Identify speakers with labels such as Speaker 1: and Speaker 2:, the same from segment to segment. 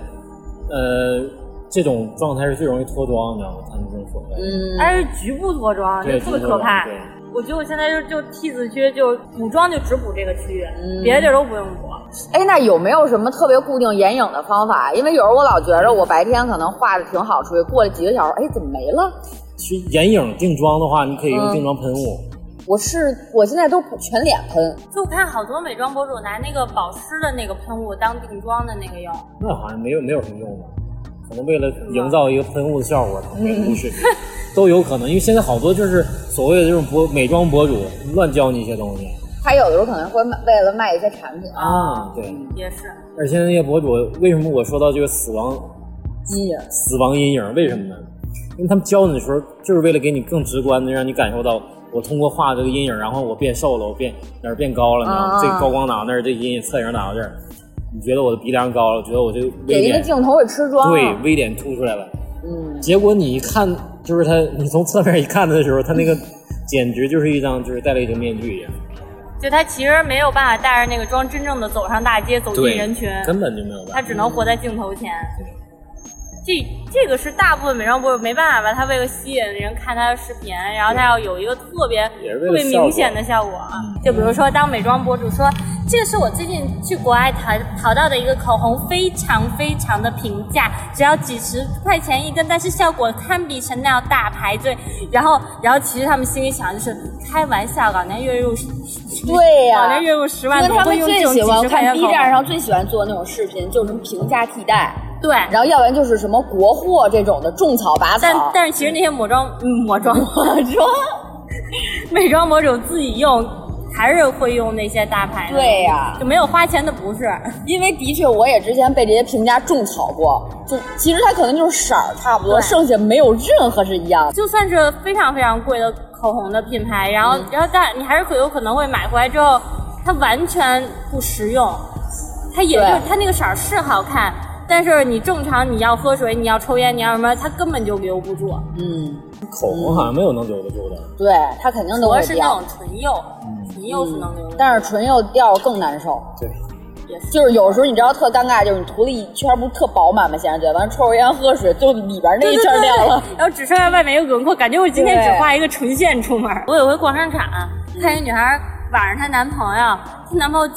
Speaker 1: 呃，这种状态是最容易脱妆，你知道吗？他们这种混合，
Speaker 2: 嗯，
Speaker 3: 还是局部脱妆，
Speaker 1: 对
Speaker 3: 就特别可怕
Speaker 1: 局部脱妆。
Speaker 3: 我觉得我现在就就 T 字区就补妆就只补这个区域，
Speaker 2: 嗯
Speaker 3: 别的地儿都不用补。
Speaker 2: 哎，那有没有什么特别固定眼影的方法？因为有时候我老觉着我白天可能画的挺好，出去过了几个小时，哎，怎么没了？
Speaker 1: 去眼影定妆的话，你可以用
Speaker 2: 嗯
Speaker 1: 定妆喷雾，
Speaker 2: 我是我现在都全脸喷，
Speaker 3: 就我看好多美妆博主拿那个保湿的那个喷雾当定妆的那个用，
Speaker 1: 那好像没有没有什么用吧？可能为了营造一个喷雾的效果，可能不是，都有可能。因为现在好多就是所谓的这种博美妆博主乱教你一些东西
Speaker 2: 还有的时候可能会卖为了卖一些产品，
Speaker 1: 啊，对。
Speaker 3: 也是
Speaker 1: 而且那些博主为什么我说到这个死亡
Speaker 2: 阴影。
Speaker 1: 死亡阴影？为什么呢？因为他们教你的时候，就是为了给你更直观的让你感受到，我通过画这个阴影，然后我变瘦了，我变哪儿变高了，你知道吗？
Speaker 2: 啊
Speaker 1: 这个高光打到那儿，这个阴影侧影打到这儿，你觉得我的鼻梁高了，觉得我这个
Speaker 2: 给
Speaker 1: 微
Speaker 2: 一个
Speaker 1: 脸
Speaker 2: 镜头会吃妆，
Speaker 1: 对，微脸凸出来了。
Speaker 2: 嗯，
Speaker 1: 结果你一看，就是他，你从侧面一看他的时候，他那个简直就是一张就是戴了一个面具一样，
Speaker 3: 就他其实没有办法带着那个妆真正的走上大街，走进
Speaker 1: 对
Speaker 3: 人群，
Speaker 1: 根本就没有办
Speaker 3: 他
Speaker 1: 法。
Speaker 3: 只能活在镜头前。这这个是大部分美妆博主没办法吧？他为了吸引人看他的视频，然后他要有一个特别
Speaker 1: 也是为了嗯
Speaker 3: 特别明显的效果啊。
Speaker 2: 嗯
Speaker 3: 就比如说，当美妆博主说这个是我最近去国外淘淘到的一个口红，非常非常的平价，只要几十块钱一根，但是效果堪比神奈大排队。然后，然后其实他们心里想的就是开玩笑，老娘月入
Speaker 2: 对呀、
Speaker 3: 老娘月入十
Speaker 2: 因
Speaker 3: 万，
Speaker 2: 为
Speaker 3: 怎么
Speaker 2: 他
Speaker 3: 会
Speaker 2: 们
Speaker 3: 用
Speaker 2: 最
Speaker 3: 这种
Speaker 2: 喜
Speaker 3: 几
Speaker 2: 欢
Speaker 3: 十块钱
Speaker 2: 看 B
Speaker 3: 口红
Speaker 2: 站上最喜欢做那种视频，就是什么平价替代，
Speaker 3: 对，
Speaker 2: 然后要不然就是什么国货这种的种草拔草。
Speaker 3: 但但是其实那些抹妆、嗯、抹妆 抹妆 美妆博主自己用，还是会用那些大牌的。
Speaker 2: 对呀
Speaker 3: 就没有花钱的不是。
Speaker 2: 因为的确我也之前被这些评价种草过，就其实它可能就是色儿差不多，
Speaker 3: 对
Speaker 2: 剩下没有任何是一样的。
Speaker 3: 就算是非常非常贵的口红的品牌，然后、
Speaker 2: 嗯
Speaker 3: 然后但你还是可有可能会买回来之后，它完全不实用，它也就
Speaker 2: 对
Speaker 3: 是它那个色儿是好看，但是你正常你要喝水，你要抽烟，你要什么，它根本就留不住，
Speaker 2: 嗯，
Speaker 1: 口红好像没有能留得住的，
Speaker 2: 对，它肯定
Speaker 3: 主
Speaker 2: 都
Speaker 3: 要
Speaker 2: 会
Speaker 3: 是那
Speaker 2: 掉嗯
Speaker 3: 种。唇釉，唇釉是能留住，
Speaker 2: 但是唇釉掉更难受，
Speaker 1: 对，
Speaker 3: 也是。
Speaker 2: 就是有时候你知道特尴尬，就是你涂了一圈不是特饱满吗？显然对，完了抽着烟喝水，就里边那一圈掉了。
Speaker 3: 然后只剩下外面一个轮廓，感觉我今天
Speaker 2: 对
Speaker 3: 只画一个唇线出门。我有回逛商场，看一女孩挽着她男朋友，她男朋友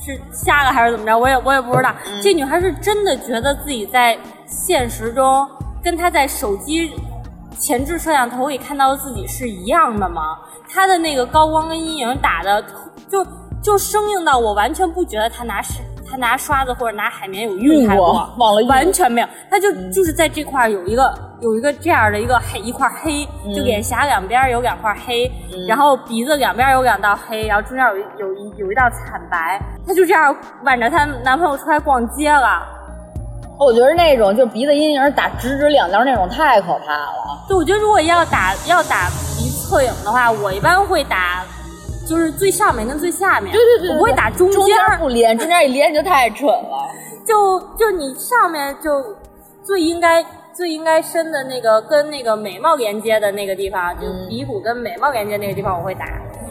Speaker 3: 是瞎了还是怎么着，我也我也不知道。这女孩是真的觉得自己在现实中跟她在手机前置摄像头里看到的自己是一样的吗？她的那个高光跟阴影打的就就生硬到我完全不觉得她拿是她拿刷子或者拿海绵有用
Speaker 2: 晕
Speaker 3: 开
Speaker 2: 过，忘了晕。
Speaker 3: 完全没有，他就就是在这块儿有一个有一个这样的一个黑一块黑，
Speaker 2: 嗯
Speaker 3: 就脸颊两边儿有两块黑，然后鼻子两边儿有两道黑，然后中间有一有一有一道惨白，她就这样挽着她男朋友出来逛街了。
Speaker 2: 我觉得那种就鼻子阴影打直直两道那种太可怕了。
Speaker 3: 就我觉得如果要打要打鼻侧影的话，我一般会打就是最上面跟最下面，
Speaker 2: 对对对
Speaker 3: 我不会打中
Speaker 2: 中
Speaker 3: 间儿，
Speaker 2: 间不连，中间一连你就太蠢了。
Speaker 3: 就就你上面就最应该最应该深的那个跟那个眉毛连接的那个地方，就
Speaker 2: 嗯
Speaker 3: 鼻骨跟眉毛连接那个地方我会打，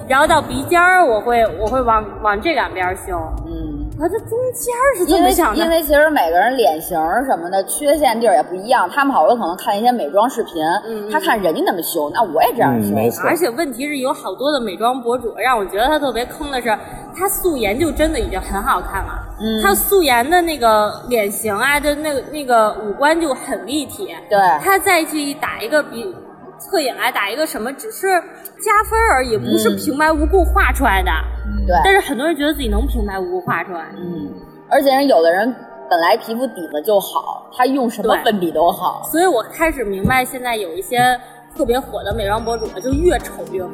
Speaker 3: 然后到鼻尖儿我会我会往往这两边儿修，
Speaker 2: 嗯，
Speaker 3: 我这中间儿是怎
Speaker 2: 因
Speaker 3: 么
Speaker 2: 为
Speaker 3: 想
Speaker 2: 因
Speaker 3: 的？
Speaker 2: 为其实每个人脸型什么的缺陷地儿也不一样，他们好多可能看一些美妆视频，
Speaker 3: 嗯嗯
Speaker 2: 他看人家那么修，那我也这样
Speaker 1: 嗯
Speaker 2: 修。
Speaker 1: 没错
Speaker 3: 而且问题是有好多的美妆博主让我觉得他特别坑的是，他素颜就真的已经很好看了，
Speaker 2: 嗯
Speaker 3: 他素颜的那个脸型啊，就那个那个五官就很立体，
Speaker 2: 对，
Speaker 3: 他再去打一个比侧影啊，打一个什么，只是加分而已，不是平白无故画出来的。
Speaker 1: 嗯
Speaker 2: 嗯对
Speaker 3: 但是很多人觉得自己能平白无故画出来，
Speaker 2: 嗯，而且人有的人本来皮肤底子就好，他用什么
Speaker 3: 对
Speaker 2: 粉底都好。
Speaker 3: 所以我开始明白，现在有一些特别火的美妆博主，就越丑越火。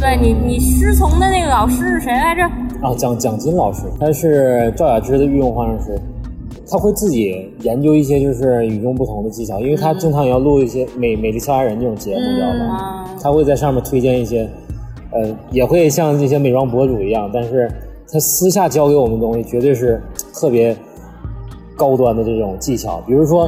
Speaker 3: 对你，你师从的那个老师是谁来着？
Speaker 1: 啊，蒋蒋金老师，他是赵雅芝的御用化妆师，他会自己研究一些就是与众不同的技巧，因为他经常也要录一些美美丽俏佳人这种节目，你知道
Speaker 3: 嗯
Speaker 1: 吗？他会在上面推荐一些，呃，也会像这些美妆博主一样，但是他私下教给我们的东西绝对是特别高端的这种技巧，比如说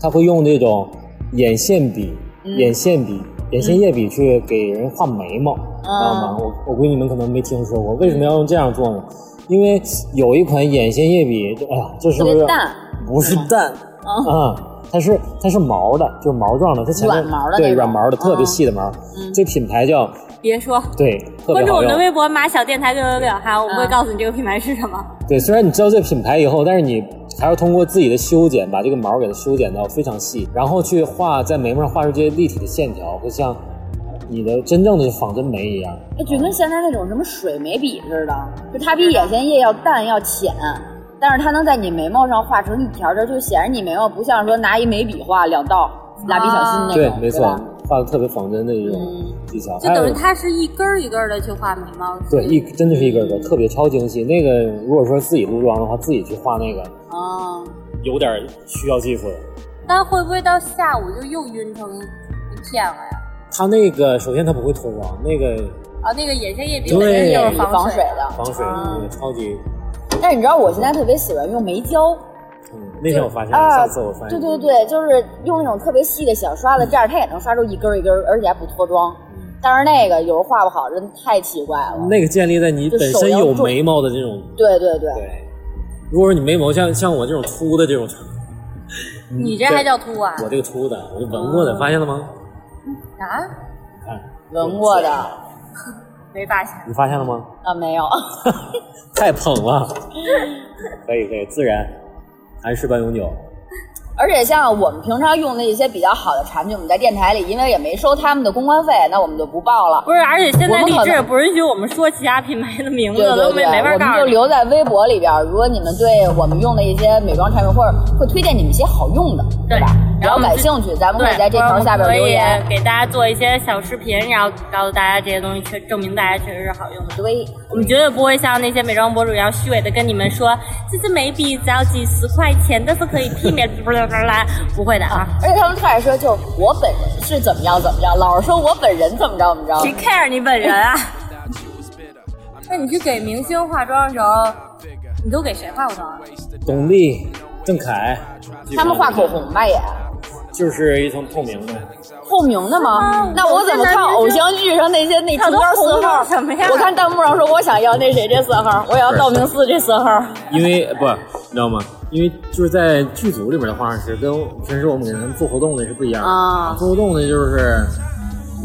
Speaker 1: 他会用这种眼线笔、
Speaker 2: 嗯
Speaker 1: 眼线笔、眼线液笔去给人画眉毛，知
Speaker 2: 嗯
Speaker 1: 道吗？我我估计你们可能没听说过，为什么要用这样做呢？因为有一款眼线液笔，哎呀，这是不
Speaker 2: 特
Speaker 1: 是
Speaker 2: 别淡嗯
Speaker 1: 不是淡啊、它是它是毛的，就是毛状的，它前面
Speaker 2: 软毛的那
Speaker 1: 对
Speaker 2: 种
Speaker 1: 软毛的，特别
Speaker 2: 嗯
Speaker 1: 细的毛。这品牌叫
Speaker 3: 别说，
Speaker 1: 对，特别
Speaker 3: 关注我
Speaker 1: 好
Speaker 3: 们的
Speaker 1: 用。
Speaker 3: 微博“马小电台六六六”，哈，我们会
Speaker 2: 嗯
Speaker 3: 告诉你这个品牌是什么。
Speaker 1: 对，虽然你知道这品牌以后，但是你还要通过自己的修剪，把这个毛给它修剪到非常细，然后去画在眉毛上画出这些立体的线条，会像你的真正的仿真眉一样。
Speaker 2: 哎，就跟现在那种什么水眉笔似的，就它比眼线液要淡要浅，但是它能在你眉毛上画成一条条，就显然你眉毛不像说拿一眉笔画两道蜡笔小新那种，
Speaker 1: 对
Speaker 2: 对，
Speaker 1: 没错
Speaker 2: 吧，嗯
Speaker 1: 画的特别仿真的一种技巧。
Speaker 3: 就
Speaker 1: 还有
Speaker 3: 等于它是一根儿一根儿的去画眉毛。
Speaker 1: 对一真的是一根儿根儿，特别超精细。那个如果说自己涂妆的话，自己去画那个
Speaker 2: 啊，
Speaker 1: 有点需要技术的。
Speaker 3: 但会不会到下午就又晕成一片了呀？
Speaker 1: 它那个首先它不会脱妆，那个
Speaker 3: 啊，那个眼线液笔
Speaker 1: 对
Speaker 3: 本身就是
Speaker 2: 防
Speaker 3: 水
Speaker 2: 水。的，
Speaker 1: 防水那个超级
Speaker 2: 但是你知道我现在特别喜欢用眉胶，
Speaker 1: 嗯，那天我发现，了，
Speaker 2: 啊
Speaker 1: 下，次我发现，
Speaker 2: 对对对，就是用那种特别细的小刷子，这样它也能刷出一根儿一根儿，而且还不脱妆。但是那个有时候画不好，真的太奇怪了。
Speaker 1: 嗯那个建立在你
Speaker 2: 就
Speaker 1: 本
Speaker 2: 手
Speaker 1: 身
Speaker 2: 要
Speaker 1: 有
Speaker 2: 重
Speaker 1: 眉毛的这种，
Speaker 2: 对对对，
Speaker 1: 对。如果说你眉毛像像我这种秃的这种，嗯
Speaker 3: 你这还叫秃啊？
Speaker 1: 我这个秃的，我就闻过的，发现了吗？
Speaker 3: 啥？
Speaker 1: 看，
Speaker 2: 啊闻过的啊
Speaker 3: 啊没发现。
Speaker 1: 你发现了吗？
Speaker 2: 没有，
Speaker 1: 太捧了，可以可以，自然，韩式半永久，
Speaker 2: 而且像我们平常用的一些比较好的产品，我们在电台里因为也没收他们的公关费，那我们就不报了。
Speaker 3: 不是，而且现在
Speaker 2: 我们
Speaker 3: 励
Speaker 2: 可
Speaker 3: 志
Speaker 2: 能
Speaker 3: 不允许我们说其他品牌的名字，
Speaker 2: 对对
Speaker 3: 都没
Speaker 2: 对，
Speaker 3: 没法
Speaker 2: 我们
Speaker 3: 告
Speaker 2: 就
Speaker 3: 诉你。
Speaker 2: 留在微博里边儿。如果你们对我们用的一些美妆产品，或者会推荐你们一些好用的，
Speaker 3: 对
Speaker 2: 吧？只
Speaker 3: 然后
Speaker 2: 要
Speaker 3: 我们
Speaker 2: 感
Speaker 3: 就
Speaker 2: 兴趣，咱们可
Speaker 3: 对，
Speaker 2: 以在这条下边
Speaker 3: 可
Speaker 2: 留
Speaker 3: 以
Speaker 2: 言。
Speaker 3: 给大家做一些小视频，然后告诉大家这些东西确证明大家确实是好用的。
Speaker 2: 对，
Speaker 3: 我们绝对不会像那些美妆博主一样虚伪的跟你们说，这支眉笔只要几十块钱，但是 可以媲美不啦不啦不啦，不会的啊。
Speaker 2: 而且他们特爱说，就是我本人是怎么样怎么样，老是说我本人怎么着怎么着。
Speaker 3: 谁 care 你本人啊？那你去给明星化妆的时候，你都给谁化过妆啊？
Speaker 1: 董丽、邓凯，
Speaker 2: 他们画口红吧也
Speaker 1: 就是一层透明的，
Speaker 2: 透明的吗
Speaker 3: 啊？
Speaker 2: 那我怎么看偶像剧上那些那唇膏
Speaker 3: 那
Speaker 2: 色号
Speaker 3: 都红成什么样？
Speaker 2: 我看弹幕上说我想要那谁这色号，我要道明寺这色号。
Speaker 1: 因为不，你知道吗？因为就是在剧组里面的化妆师，跟平时我们给他们做活动的是不一样的。
Speaker 2: 啊
Speaker 1: 做活动的就是，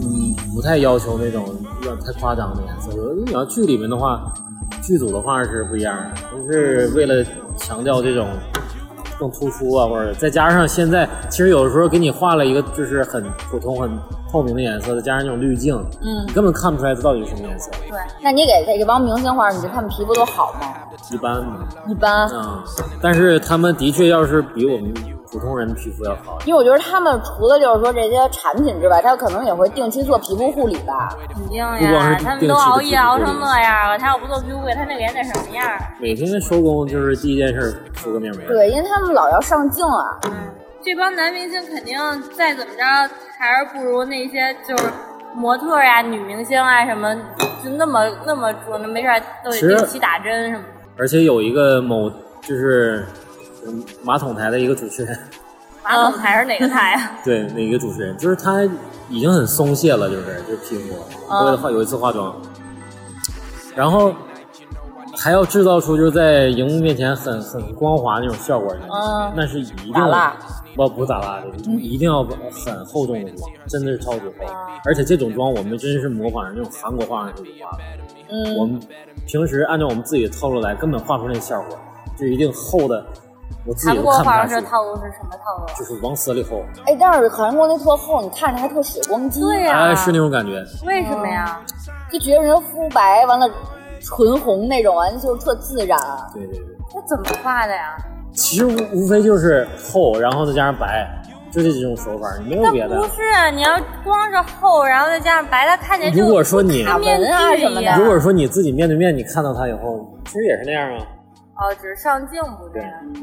Speaker 1: 嗯，不太要求那种有点太夸张的颜色。有你要剧里面的话，剧组的化妆师不一样的，都是为了强调这种更突出啊，或者再加上现在其实有的时候给你画了一个就是很普通、很透明的颜色，再加上那种滤镜，嗯，你根本看不出来它到底是什么颜色，
Speaker 2: 那你给这帮明星画，你觉得他们皮肤都好吗？
Speaker 1: 一般嘛。
Speaker 2: 一般。
Speaker 1: 嗯，但是他们的确要是比我们普通人皮肤要好，
Speaker 2: 因为我觉得他们除了就是说这些产品之外，他可能也会定期做皮肤护理吧。
Speaker 3: 肯定
Speaker 1: 不光
Speaker 3: 呀，
Speaker 1: 是
Speaker 3: 他们都
Speaker 1: 定期的
Speaker 3: 熬
Speaker 1: 皮
Speaker 3: 夜
Speaker 1: 肤
Speaker 3: 熬
Speaker 1: 护理
Speaker 3: 成那样了，他要不做皮肤那得给人得什么样儿？啊
Speaker 1: 每天收工就是第一件事敷个面膜。
Speaker 2: 对，因为他们老要上镜啊。
Speaker 3: 这帮男明星肯定再怎么着，还是不如那些就是模特呀、女明星啊什么，就那么那么说，那没事儿都得
Speaker 1: 其实
Speaker 3: 定期打针什么的。
Speaker 1: 而且有一个某就是嗯马桶台的一个主持人，
Speaker 3: 马桶台是哪个台啊？
Speaker 1: 对哪个主持人，就是他已经很松懈了，就是就是皮肤，为
Speaker 3: 嗯
Speaker 1: 了化有一次化妆，然后还要制造出就是在荧幕面前很很光滑那种效果，
Speaker 2: 嗯
Speaker 1: 那是一定
Speaker 2: 打蜡
Speaker 1: 不不打蜡的，
Speaker 3: 嗯
Speaker 1: 一定要很厚重的妆，真的是超级厚，而且这种妆我们真是模仿那种韩国化妆师画的，
Speaker 2: 嗯，
Speaker 1: 我们平时按照我们自己的套路来，根本画不出那效果，就一定厚的，我自己
Speaker 3: 韩
Speaker 1: 都
Speaker 3: 国
Speaker 1: 看不
Speaker 3: 化
Speaker 1: 下
Speaker 3: 妆师
Speaker 1: 去，
Speaker 3: 套路是什么套路？
Speaker 1: 就是往死里厚，
Speaker 2: 哎，但是韩国那特厚，你看着还特水光肌，
Speaker 3: 对啊呀、
Speaker 1: 哎，是那种感觉。
Speaker 3: 为什么呀？
Speaker 2: 就觉得人肤白，完了唇红那种，完了就是特自然。啊
Speaker 1: 对对对，
Speaker 3: 那怎么画的呀？
Speaker 1: 其实无无非就是厚，然后再加上白，就这几种手法，你没有
Speaker 3: 那
Speaker 1: 别的
Speaker 3: 不。是啊，你要光是厚，然后再加上白，它看起来就
Speaker 1: 如果说你
Speaker 3: 跟面具
Speaker 2: 纹啊什么
Speaker 3: 一
Speaker 2: 的
Speaker 3: 样
Speaker 1: 如果说你自己面对面，你看到他以后，其实也是那样啊。
Speaker 3: 哦，只是上镜不这样
Speaker 1: 对。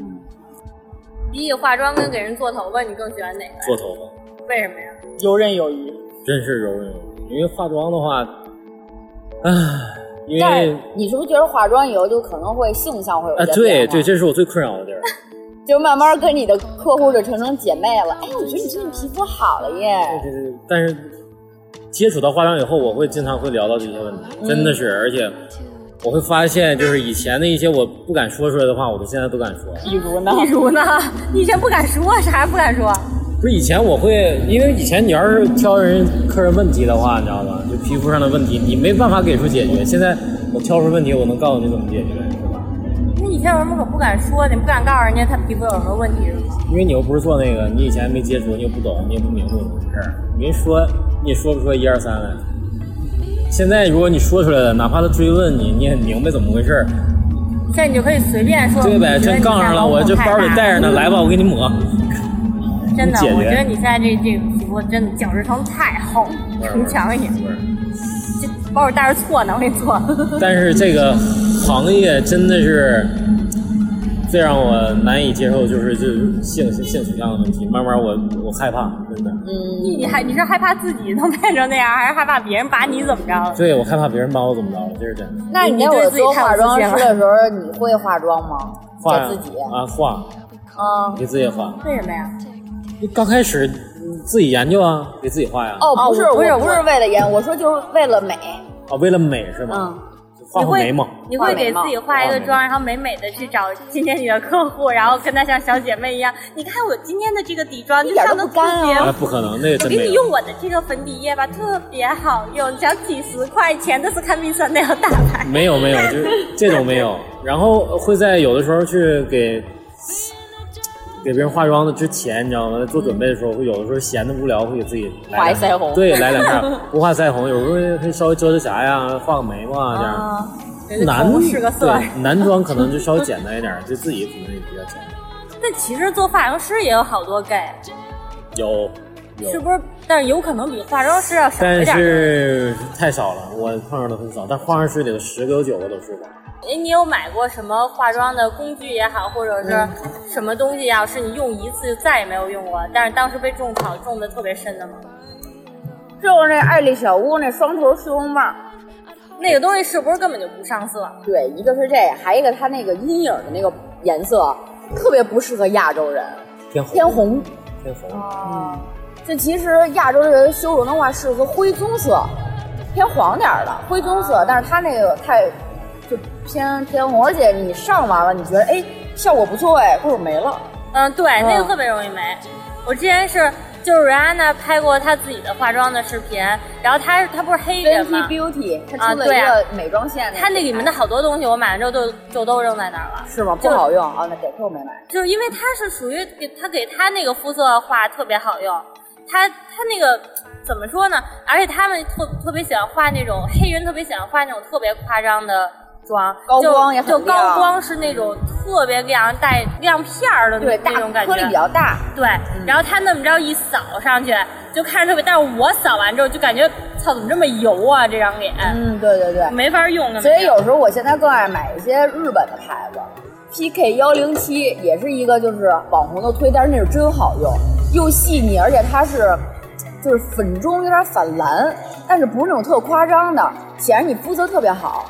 Speaker 3: 比起化妆跟给人做头发，你更喜欢哪个？
Speaker 1: 做头发
Speaker 3: 为什么呀？
Speaker 2: 游刃有余。
Speaker 1: 真是柔韧，因为化妆的话，唉，因
Speaker 2: 但
Speaker 1: 为
Speaker 2: 是你是不是觉得化妆以后就可能会性向会有
Speaker 1: 啊
Speaker 2: 些，
Speaker 1: 对
Speaker 2: 变化
Speaker 1: 对，，这是我最困扰的地 儿。
Speaker 2: 就慢慢跟你的客户就成成姐妹了。哎，我觉得你最近皮肤好了耶。
Speaker 1: 对对对，但是接触到化妆以后，我会经常会聊到这些问题，
Speaker 2: 嗯
Speaker 1: 真的是，而且我会发现，就是以前的一些我不敢说出来的话，我都现在都敢说。
Speaker 2: 比如 呢？
Speaker 3: 比如呢？你以前不敢说，啥也不敢说。
Speaker 1: 不是以前我会，因为以前你要是挑人客人问题的话，你知道吧，就皮肤上的问题，你没办法给出解决。现在我挑出问题，我能告诉你怎么解决，是吧？
Speaker 3: 那以前有什么可不敢说的？你不敢告诉人家他皮肤有什么问题是吗？
Speaker 1: 因为你又不是做那个，你以前没接触，你又不懂，你也不明白怎么回事儿，你没说，你也说不出来一二三来。现在如果你说出来了，哪怕他追问你，你也明白怎么回事儿，
Speaker 3: 现在你就可以随便说。
Speaker 1: 对呗？
Speaker 3: 我觉得
Speaker 1: 真
Speaker 3: 你
Speaker 1: 杠上
Speaker 3: 现在
Speaker 1: 了，我
Speaker 3: 毛孔
Speaker 1: 这
Speaker 3: 太
Speaker 1: 包里
Speaker 3: 大
Speaker 1: 带着呢，
Speaker 3: 了
Speaker 1: 来吧，我给 你抹。
Speaker 3: 真的
Speaker 1: 你解，决
Speaker 3: 我觉得你现在这这个皮肤真的角质层太厚，城墙也。
Speaker 1: 不是
Speaker 3: 这包里带着错呢，我给你错。
Speaker 1: 但是这个行业真的是最让我难以接受就是就是性性性取向的问题，慢慢我我害怕，真的，
Speaker 3: 你你还你是害怕自己能变成那样，还是害怕别人把你怎么着了？
Speaker 1: 对我害怕别人把我怎么着了，这是真的。
Speaker 2: 那
Speaker 3: 你你
Speaker 2: 在
Speaker 3: 对
Speaker 2: 我
Speaker 3: 自己
Speaker 2: 做
Speaker 3: 太有
Speaker 2: 化
Speaker 3: 自
Speaker 2: 妆
Speaker 3: 信
Speaker 2: 师
Speaker 3: 了
Speaker 2: 的时候，你会化妆吗？
Speaker 1: 画
Speaker 2: 给自己
Speaker 1: 啊画，
Speaker 2: 啊？
Speaker 1: 给自己画。
Speaker 3: 为什么呀？
Speaker 1: 你刚开始自己研究啊，给自己画呀。
Speaker 2: 哦，不是，
Speaker 3: 我不
Speaker 2: 我
Speaker 3: 是
Speaker 2: 不
Speaker 3: 我
Speaker 2: 是为了颜，我说就是为了美。
Speaker 1: 啊，为了美是吗？
Speaker 2: 嗯，
Speaker 1: 就画
Speaker 3: 你
Speaker 1: 画
Speaker 3: 会
Speaker 1: 眉毛。
Speaker 3: 你会给自己画一个
Speaker 1: 画
Speaker 3: 妆，然后美美的去找今天你的客户，然后跟他像小姐妹一样，你看我今天的这个底妆就
Speaker 2: 一点
Speaker 3: 上
Speaker 2: 都
Speaker 3: 的
Speaker 2: 不
Speaker 3: 特
Speaker 2: 干啊
Speaker 3: 别
Speaker 1: 啊，不可能，那个
Speaker 3: 我
Speaker 1: 真
Speaker 3: 给
Speaker 1: 没
Speaker 3: 你
Speaker 1: 有
Speaker 3: 用。我的这个粉底液吧，特别好用，只要几十块钱，这是堪比香奈儿大牌。
Speaker 1: 没有 没有，就是这种没有。然后会在有的时候去给给别人化妆的之前，你知道吗？做准备的时候，会有的时候闲的无聊，会给自己来
Speaker 2: 画一
Speaker 1: 两
Speaker 2: 腮红
Speaker 1: 对，来两下，不画腮红，有时候会稍微遮遮瑕呀，画个眉毛啊这样。
Speaker 2: 啊，
Speaker 1: 男
Speaker 3: 口红是个色儿
Speaker 1: 对男装可能就稍微简单一点，对自己可能也比较简单。
Speaker 3: 但其实做发型师也有好多 gay，
Speaker 1: 有有，
Speaker 3: 是不是？但是有可能比化妆师要少一
Speaker 1: 但
Speaker 3: 点儿。
Speaker 1: 是太少了，我碰上的很少。但化妆师里的十个有九个都是吧？
Speaker 3: 哎，你有买过什么化妆的工具也好，或者
Speaker 1: 嗯
Speaker 3: 是什么东西也好，是你用一次就再也没有用过，但是当时被种草种的特别深的吗？
Speaker 2: 就是那爱丽小屋那双头虚绒帽。
Speaker 3: 那个东西是不是根本就不上色？
Speaker 2: 对，一个是这个，还一个它那个阴影的那个颜色特别不适合亚洲人，
Speaker 1: 偏红
Speaker 2: 偏红。
Speaker 1: 偏红，
Speaker 2: 啊，就其实亚洲人修容的话适合灰棕色，偏黄点儿的灰棕色，但是它那个太就偏偏红，而且你上完了，你觉得哎效果不错哎，过会儿没了。
Speaker 3: 嗯，对，那个
Speaker 2: 嗯
Speaker 3: 特别容易没。我之前是就是 Rihanna 拍过她自己的化妆的视频，然后她她不是黑
Speaker 2: b
Speaker 3: 人
Speaker 2: t
Speaker 3: 吗？
Speaker 2: Beauty 它
Speaker 3: 啊
Speaker 2: 出了
Speaker 3: 对
Speaker 2: 一
Speaker 3: 啊
Speaker 2: 个美妆线，
Speaker 3: 她那里面的好多东西我买完之后都就都扔在那儿了，
Speaker 2: 是吗？不
Speaker 3: 就是
Speaker 2: 好用啊，那给扣没买。
Speaker 3: 就是因为她是属于给她给她那个肤色画特别好用，她她那个怎么说呢？而且他们特特别喜欢画那种黑人特别喜欢画那种特别夸张的。妆
Speaker 2: 高
Speaker 3: 就
Speaker 2: 光也很
Speaker 3: 就
Speaker 2: 亮
Speaker 3: 高光是那种特别亮带亮片儿的
Speaker 2: 对，
Speaker 3: 那
Speaker 2: 大
Speaker 3: 那种感觉，
Speaker 2: 颗粒比较大，
Speaker 3: 对，
Speaker 2: 嗯
Speaker 3: 然后他那么着一扫上去，就看着特别，但是我扫完之后就感觉，操，怎么这么油啊？这张脸、
Speaker 2: 嗯，对对对。
Speaker 3: 没法用，根本啊
Speaker 2: 所以
Speaker 3: 就
Speaker 2: 有时候我现在更爱买一些日本的牌子，PK 幺零七也是一个就是网红的推，但是那是真好用，又细腻，而且它是就是粉中有点反蓝，但是不是那种特夸张的，显然你肤色特别好，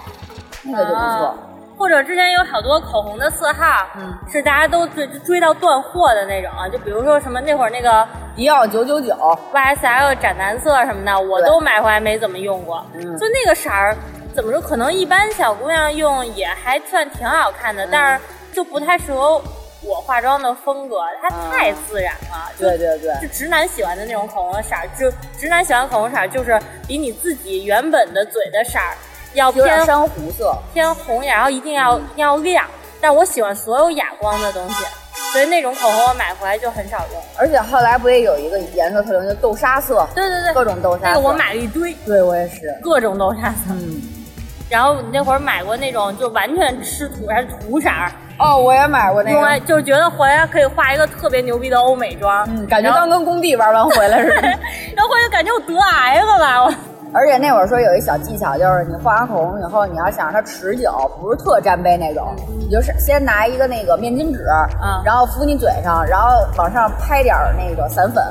Speaker 2: 那个就不错
Speaker 3: 啊。或者之前有好多口红的色号，
Speaker 2: 嗯
Speaker 3: 是大家都追追到断货的那种啊，就比如说什么那会儿那个
Speaker 2: 迪奥九九九，
Speaker 3: YSL 斩男色什么的，我
Speaker 2: 对
Speaker 3: 都买回来没怎么用过，
Speaker 2: 嗯
Speaker 3: 就那个色儿，怎么说？可能一般小姑娘用也还算挺好看的，
Speaker 2: 嗯
Speaker 3: 但是就不太适合我化妆的风格，它
Speaker 2: 啊
Speaker 3: 太自然了，就
Speaker 2: 对对对，
Speaker 3: 就直男喜欢的那种口红的色儿，就直男喜欢口红色儿，就是比你自己原本的嘴的色儿要
Speaker 2: 有点嗯
Speaker 3: 偏
Speaker 2: 珊瑚色。
Speaker 3: 偏红一点，然后一定要、一定要亮。但我喜欢所有哑光的东西，所以那种口红我买回来就很少用。
Speaker 2: 而且后来不也有一个颜色特别就豆沙色，
Speaker 3: 对对
Speaker 2: 各
Speaker 3: 对，
Speaker 2: 种豆沙
Speaker 3: 那
Speaker 2: 色。
Speaker 3: 个我，买了一堆，
Speaker 2: 对我也是，
Speaker 3: 各种豆沙色。
Speaker 2: 嗯。
Speaker 3: 然后那会儿买过那种就完全吃土还是土色儿，
Speaker 2: 哦，我也买过那
Speaker 3: 用来
Speaker 2: 个，
Speaker 3: 就觉得回来可以画一个特别牛逼的欧美妆，
Speaker 2: 嗯，感觉
Speaker 3: 然后
Speaker 2: 刚跟工地玩完回来似的。
Speaker 3: 然后回来感觉我得癌了吧，我
Speaker 2: 而且那会儿说有一小技巧，就是你画完口红以后，你要想让它持久，不是特沾杯那种，你就是先拿一个那个面巾纸，
Speaker 3: 嗯
Speaker 2: 然后敷你嘴上，然后往上拍点儿那个散粉，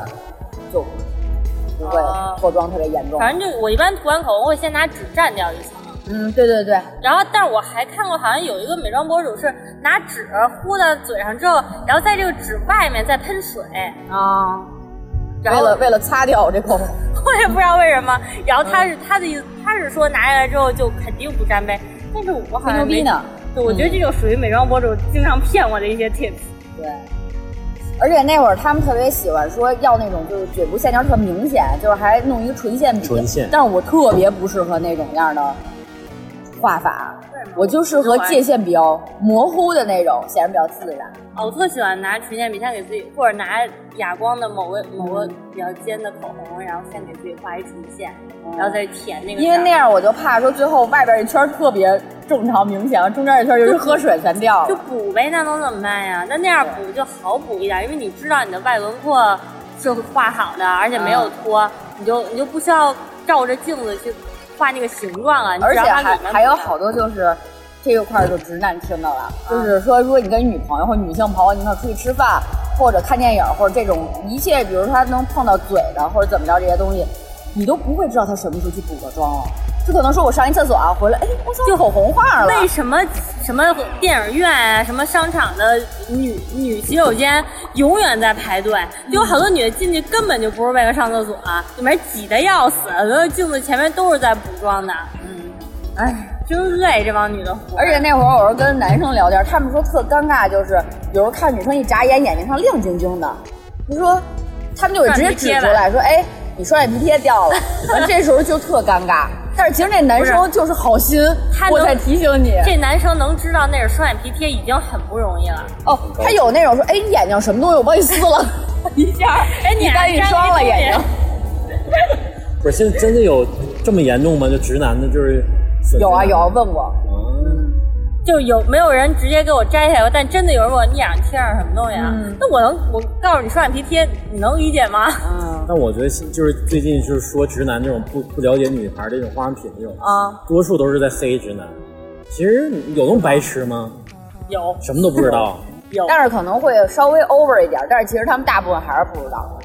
Speaker 2: 就不会
Speaker 3: 哦
Speaker 2: 脱妆特别严重。
Speaker 3: 反正就我一般涂完口红会先拿纸蘸掉一层。
Speaker 2: 嗯，对对对，
Speaker 3: 然后，但是我还看过，好像有一个美妆博主是拿纸糊到嘴上之后，然后在这个纸外面再喷水，
Speaker 2: 啊，为
Speaker 3: 哦然后
Speaker 2: 了为了擦掉这口红，
Speaker 3: 我也不知道为什么。然后他是、他的意思，他是说拿下来之后就肯定不沾杯，但是我好
Speaker 2: 吹
Speaker 3: 像
Speaker 2: 牛逼
Speaker 3: 没
Speaker 2: 呢。
Speaker 3: 对，我觉得这就属于美妆博主经常骗我的一些 tips。
Speaker 2: 对，而且那会儿他们特别喜欢说要那种就是嘴部线条特明显，就是还弄一个唇线笔。
Speaker 1: 唇线
Speaker 2: 但是我特别不适合那种样的画法
Speaker 3: 为什么，
Speaker 2: 我就适合界限比较模糊的那种，显得比较自然。
Speaker 3: 哦，我特喜欢拿唇线笔先给自己，或者拿哑光的某个某个比较尖的口红，然后先给自己画一唇线，然后再填嗯那个色儿。
Speaker 2: 因为那样我就怕说最后外边一圈特别正常明显，中间一圈就是喝水全掉
Speaker 3: 就
Speaker 2: 了。
Speaker 3: 补呗，那能怎么办呀？那那样补就好补一点，因为你知道你的外轮廓是画好的，而且没有脱，你就你就不需要照着镜子去画那个形状啊，你
Speaker 2: 而
Speaker 3: 只
Speaker 2: 且
Speaker 3: 要把
Speaker 2: 还
Speaker 3: 里面
Speaker 2: 还有
Speaker 3: 补上
Speaker 2: 好多就是这个块儿就直男听到了，就是说，如果你跟女朋友或女性朋友，你们想出去吃饭，或者看电影，或者这种一切，比如说他能碰到嘴的，或者怎么着这些东西，你都不会知道他什么时候去补过妆了。就可能说我上一厕所啊，回来，哎，我操，口红画了。
Speaker 3: 为什么什么电影院啊，什么商场的女女洗手间永远在排队？就有好多女的进去根本就不是为了上厕所、啊里面挤得要死，然后镜子前面都是在补妆的，
Speaker 2: 哎，
Speaker 3: 真累这帮女的活。
Speaker 2: 而且那会儿我是跟男生聊天，他们说特尴尬，就是有时候看女生一眨眼，眼睛上亮晶晶的，你说他们就得直接指出来说，哎，你双眼皮贴掉 了，这时候就特尴尬。但是其实那男生就是好心，
Speaker 3: 他能
Speaker 2: 我在提醒你。
Speaker 3: 这男生能知道那是双眼皮贴已经很不容易了，
Speaker 2: 哦，他有那种说，哎，你眼睛什么东西，我帮你撕 了一下，
Speaker 3: 哎你
Speaker 2: 你
Speaker 3: 还
Speaker 2: 单一双了眼睛。
Speaker 1: 不是现在真的有这么严重吗？就直男的，就是损
Speaker 2: 有啊
Speaker 1: 直男
Speaker 2: 有啊，问过，
Speaker 3: 就有没有人直接给我摘下来过？但真的有人问我你眼上贴上什么东西啊？那我能我告诉你双眼皮贴，你能理解吗？
Speaker 2: 嗯
Speaker 1: 但啊我觉得就是最近就是说直男这种不不了解女孩这种化妆品这种，
Speaker 2: 啊，
Speaker 1: 多数都是在黑直男。其实有那么白痴吗？
Speaker 3: 有
Speaker 1: 什么都不 知道，
Speaker 3: 有，
Speaker 2: 但是可能会稍微 over 一点，但是其实他们大部分还是不知道。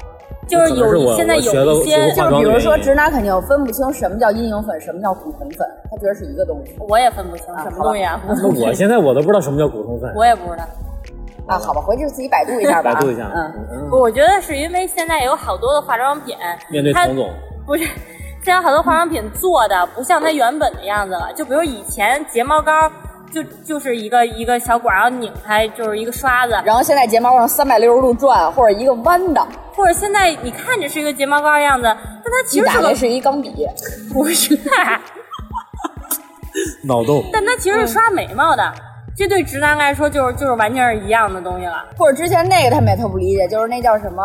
Speaker 3: 就是
Speaker 1: 可能是
Speaker 3: 有
Speaker 1: 我
Speaker 3: 现在
Speaker 1: 我学
Speaker 3: 有
Speaker 1: 了
Speaker 3: 一些
Speaker 1: 我
Speaker 2: 就
Speaker 1: 化
Speaker 2: 是
Speaker 1: 妆
Speaker 2: 比
Speaker 1: 的
Speaker 2: 如
Speaker 1: 原
Speaker 2: 说
Speaker 1: 因
Speaker 2: 直男肯定分不清什么叫阴影粉，什么叫古铜粉，他觉得是一个东西
Speaker 3: 我也分不清什么东西啊，
Speaker 1: 那我现在我都不知道什么叫骨头粉，
Speaker 3: 我也不知道。
Speaker 2: 啊。好吧，回去自己百度一下吧。
Speaker 1: 百度一下。
Speaker 2: 嗯，
Speaker 1: 嗯，
Speaker 3: 我觉得是因为现在有好多的化妆品，
Speaker 1: 面对
Speaker 3: 它
Speaker 1: 童总，
Speaker 3: 不是， 现在好多化妆品做的不像它原本的样子了。就比如以前睫毛膏就就是一个一个小管儿，然后拧开就是一个刷子，
Speaker 2: 然后现在睫毛往三百六十度转，或者一个弯的，
Speaker 3: 或者现在你看着是一个睫毛膏的样子，但它其
Speaker 2: 一
Speaker 3: 实
Speaker 2: 打
Speaker 3: 是
Speaker 2: 开
Speaker 3: 个
Speaker 2: 是一钢笔。
Speaker 3: 不是，
Speaker 1: 脑洞。
Speaker 3: 但它其实是刷眉毛的。这对直男来说就是就是完全是一样的东西了。
Speaker 2: 或者之前那个他们也特不理解，就是那叫什么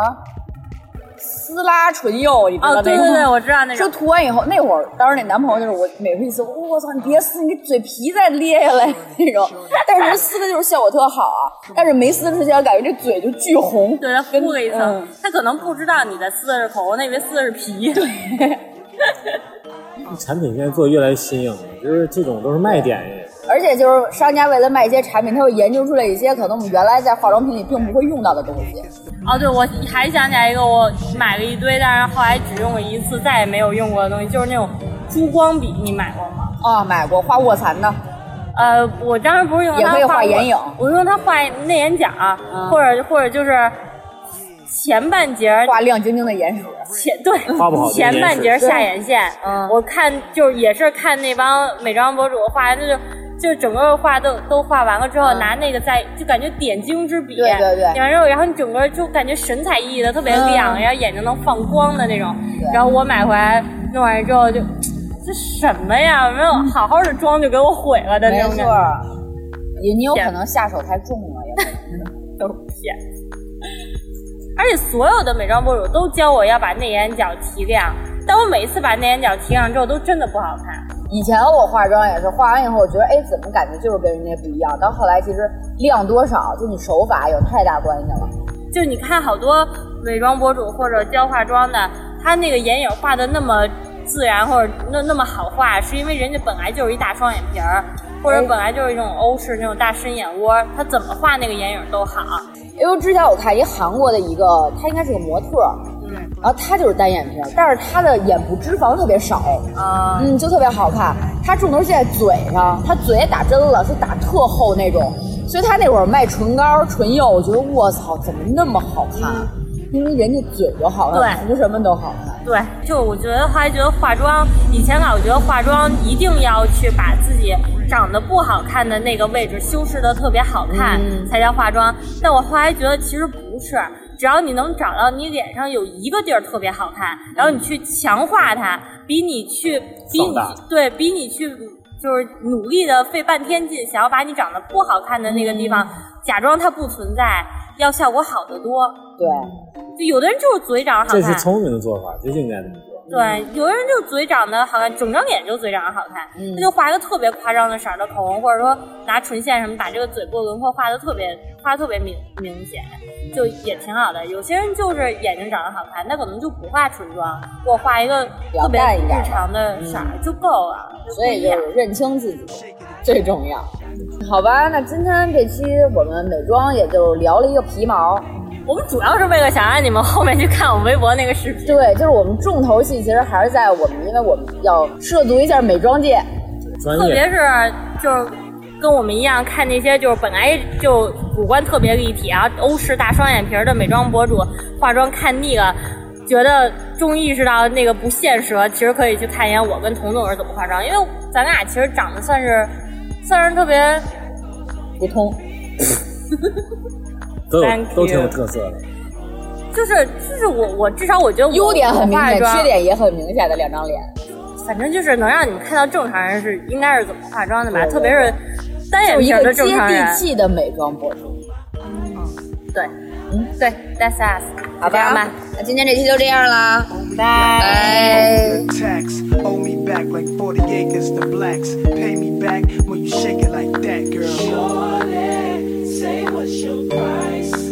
Speaker 2: 撕拉唇釉，你知道
Speaker 3: 哦，
Speaker 2: 那个
Speaker 3: 对
Speaker 2: 吗？
Speaker 3: 对对，我知道那
Speaker 2: 说
Speaker 3: 种。
Speaker 2: 涂完以后，那会儿当时那男朋友就是我，每回一撕，我操，你别撕，你嘴皮再裂下来 那种。但是撕的就是效果特好啊，但是没撕之前感觉这嘴就巨红，
Speaker 3: 对，它敷了一层
Speaker 2: 嗯，
Speaker 3: 他可能不知道你在撕的是口红，那以为撕的是皮。
Speaker 2: 嗯
Speaker 1: 产品现在做得越来越新颖了，就是这种都是卖点耶。
Speaker 2: 而且就是商家为了卖一些产品，他会研究出来一些可能我们原来在化妆品里并不会用到的东西。
Speaker 3: 哦，对，我还想起来一个，我买了一堆，但是后来只用了一次，再也没有用过的东西，就是那种珠光笔，你买过吗？
Speaker 2: 啊、买过画卧蚕的，
Speaker 3: 呃，我当时不是用
Speaker 2: 也
Speaker 3: 它
Speaker 2: 可以
Speaker 3: 画
Speaker 2: 画眼影嗯
Speaker 3: 我用它画内眼角，或者或者就是前半截儿
Speaker 2: 画亮晶晶的眼屎。
Speaker 3: 前对
Speaker 1: 画不好就
Speaker 3: 前半截儿
Speaker 1: 眼屎
Speaker 3: 下眼线，
Speaker 2: 嗯
Speaker 3: 我看就是也是看那帮美妆博主画，就是就整个画都都画完了之后，
Speaker 2: 嗯
Speaker 3: 拿那个在就感觉点睛之笔，
Speaker 2: 对对对
Speaker 3: 然后然后你整个就感觉神采奕奕的，特别亮，
Speaker 2: 嗯
Speaker 3: 然后眼睛能放光的那种
Speaker 2: 对。
Speaker 3: 然后我买回来弄完之后就。这什么呀？没有好好的妆就给我毁了的
Speaker 2: 嗯没
Speaker 3: 那种
Speaker 2: 错
Speaker 3: 感觉，
Speaker 2: 儿，你你有可能下手太重了，也可能
Speaker 3: 都是骗子。而且所有的美妆博主都教我要把内眼角提亮，但我每次把内眼角提亮之后，都真的不好看。
Speaker 2: 以前我化妆也是，化完以后我觉得，哎，怎么感觉就是跟人家不一样？到后来其实量多少，就你手法有太大关系了。
Speaker 3: 就是你看好多美妆博主或者教化妆的，他那个眼影画的那么自然或者那那么好画，是因为人家本来就是一大双眼皮儿，或者本来就是一种欧式那种大深眼窝，他怎么画那个眼影都好。
Speaker 2: 因为之前我看一韩国的一个，她应该是个模特，
Speaker 3: 嗯
Speaker 2: 然后她就是单眼皮儿，但是她的眼部脂肪特别少，
Speaker 3: 啊、
Speaker 2: 嗯，就特别好看。她重头戏在嘴上，她嘴也打针了，是打特厚那种，所以她那会儿卖唇膏、唇釉，我觉得卧槽，怎么那么好看？因为人家嘴就好看，
Speaker 3: 嗯对
Speaker 2: 涂什么都好看。
Speaker 3: 对，就我觉得后来觉得化妆，以前老觉得化妆一定要去把自己长得不好看的那个位置修饰的特别好看、
Speaker 2: 嗯
Speaker 3: 才叫化妆，但我后来觉得其实不是，只要你能找到你脸上有一个地儿特别好看，然后你去强化它，比你去比
Speaker 1: 放
Speaker 3: 你
Speaker 1: 大
Speaker 3: 去对比你去就是努力的费半天劲，想要把你长得不好看的那个地方、假装它不存在，要效果好得多。
Speaker 2: 对，
Speaker 3: 嗯就有的人就是嘴长得好
Speaker 1: 这
Speaker 3: 看，
Speaker 1: 是聪明的做法，真应该这么做。
Speaker 3: 对，有的人就嘴长得好看，整张脸就嘴长得好看，他就画一个特别夸张的色儿的口红，或者说拿唇线什么把这个嘴部轮廓画的特别画的特别明明显，就也挺好的。有些人就是眼睛长得好看，那可能就不画唇妆，我画一个特别日常的嗯色儿就够了，就
Speaker 2: 所
Speaker 3: 不
Speaker 2: 以
Speaker 3: 一
Speaker 2: 就
Speaker 3: 样。
Speaker 2: 是认清自己最重要。好吧，那今天这期我们美妆也就聊了一个皮毛，
Speaker 3: 我们主要是为了想让你们后面去看我微博那个视频。
Speaker 2: 对，就是我们重头戏其实还是在我们，因为我们要涉足一下美妆界，
Speaker 1: 专
Speaker 3: 特别
Speaker 1: 业
Speaker 3: 是就是跟我们一样看那些就是本来就五官特别立体啊，欧式大双眼皮儿的美妆博主，化妆看腻了。觉得终于意识到那个不现实了，其实可以去看一眼我跟童总是怎么化妆，因为咱俩其实长得算是算是特别
Speaker 2: 普通。
Speaker 1: 都有
Speaker 3: Thank you
Speaker 1: 都挺有特色的。
Speaker 3: 就是就是我我至少我觉得我
Speaker 2: 优点很明
Speaker 3: 我化
Speaker 2: 显，
Speaker 3: 妆
Speaker 2: 缺点也很明显的两张脸。
Speaker 3: 反正就是能让你们看到正常人是应该是怎么化妆的吧，
Speaker 2: 对
Speaker 3: 特别是单眼
Speaker 2: 就是
Speaker 3: 皮
Speaker 2: 一
Speaker 3: 儿
Speaker 2: 个
Speaker 3: 的
Speaker 2: 接
Speaker 3: 正常人
Speaker 2: 地。气的美妆博主，
Speaker 3: 对，嗯，对，That's us，
Speaker 2: 好
Speaker 3: 这样
Speaker 2: 吧
Speaker 3: 吧，？
Speaker 2: 那今天这期就这样啦，
Speaker 3: 拜
Speaker 2: 拜。
Speaker 4: the tax. Owe me back like 40 acres to blacks. Pay me back when you shake it like that, girl.
Speaker 5: Surely, say what's your price?
Speaker 4: Uh-huh.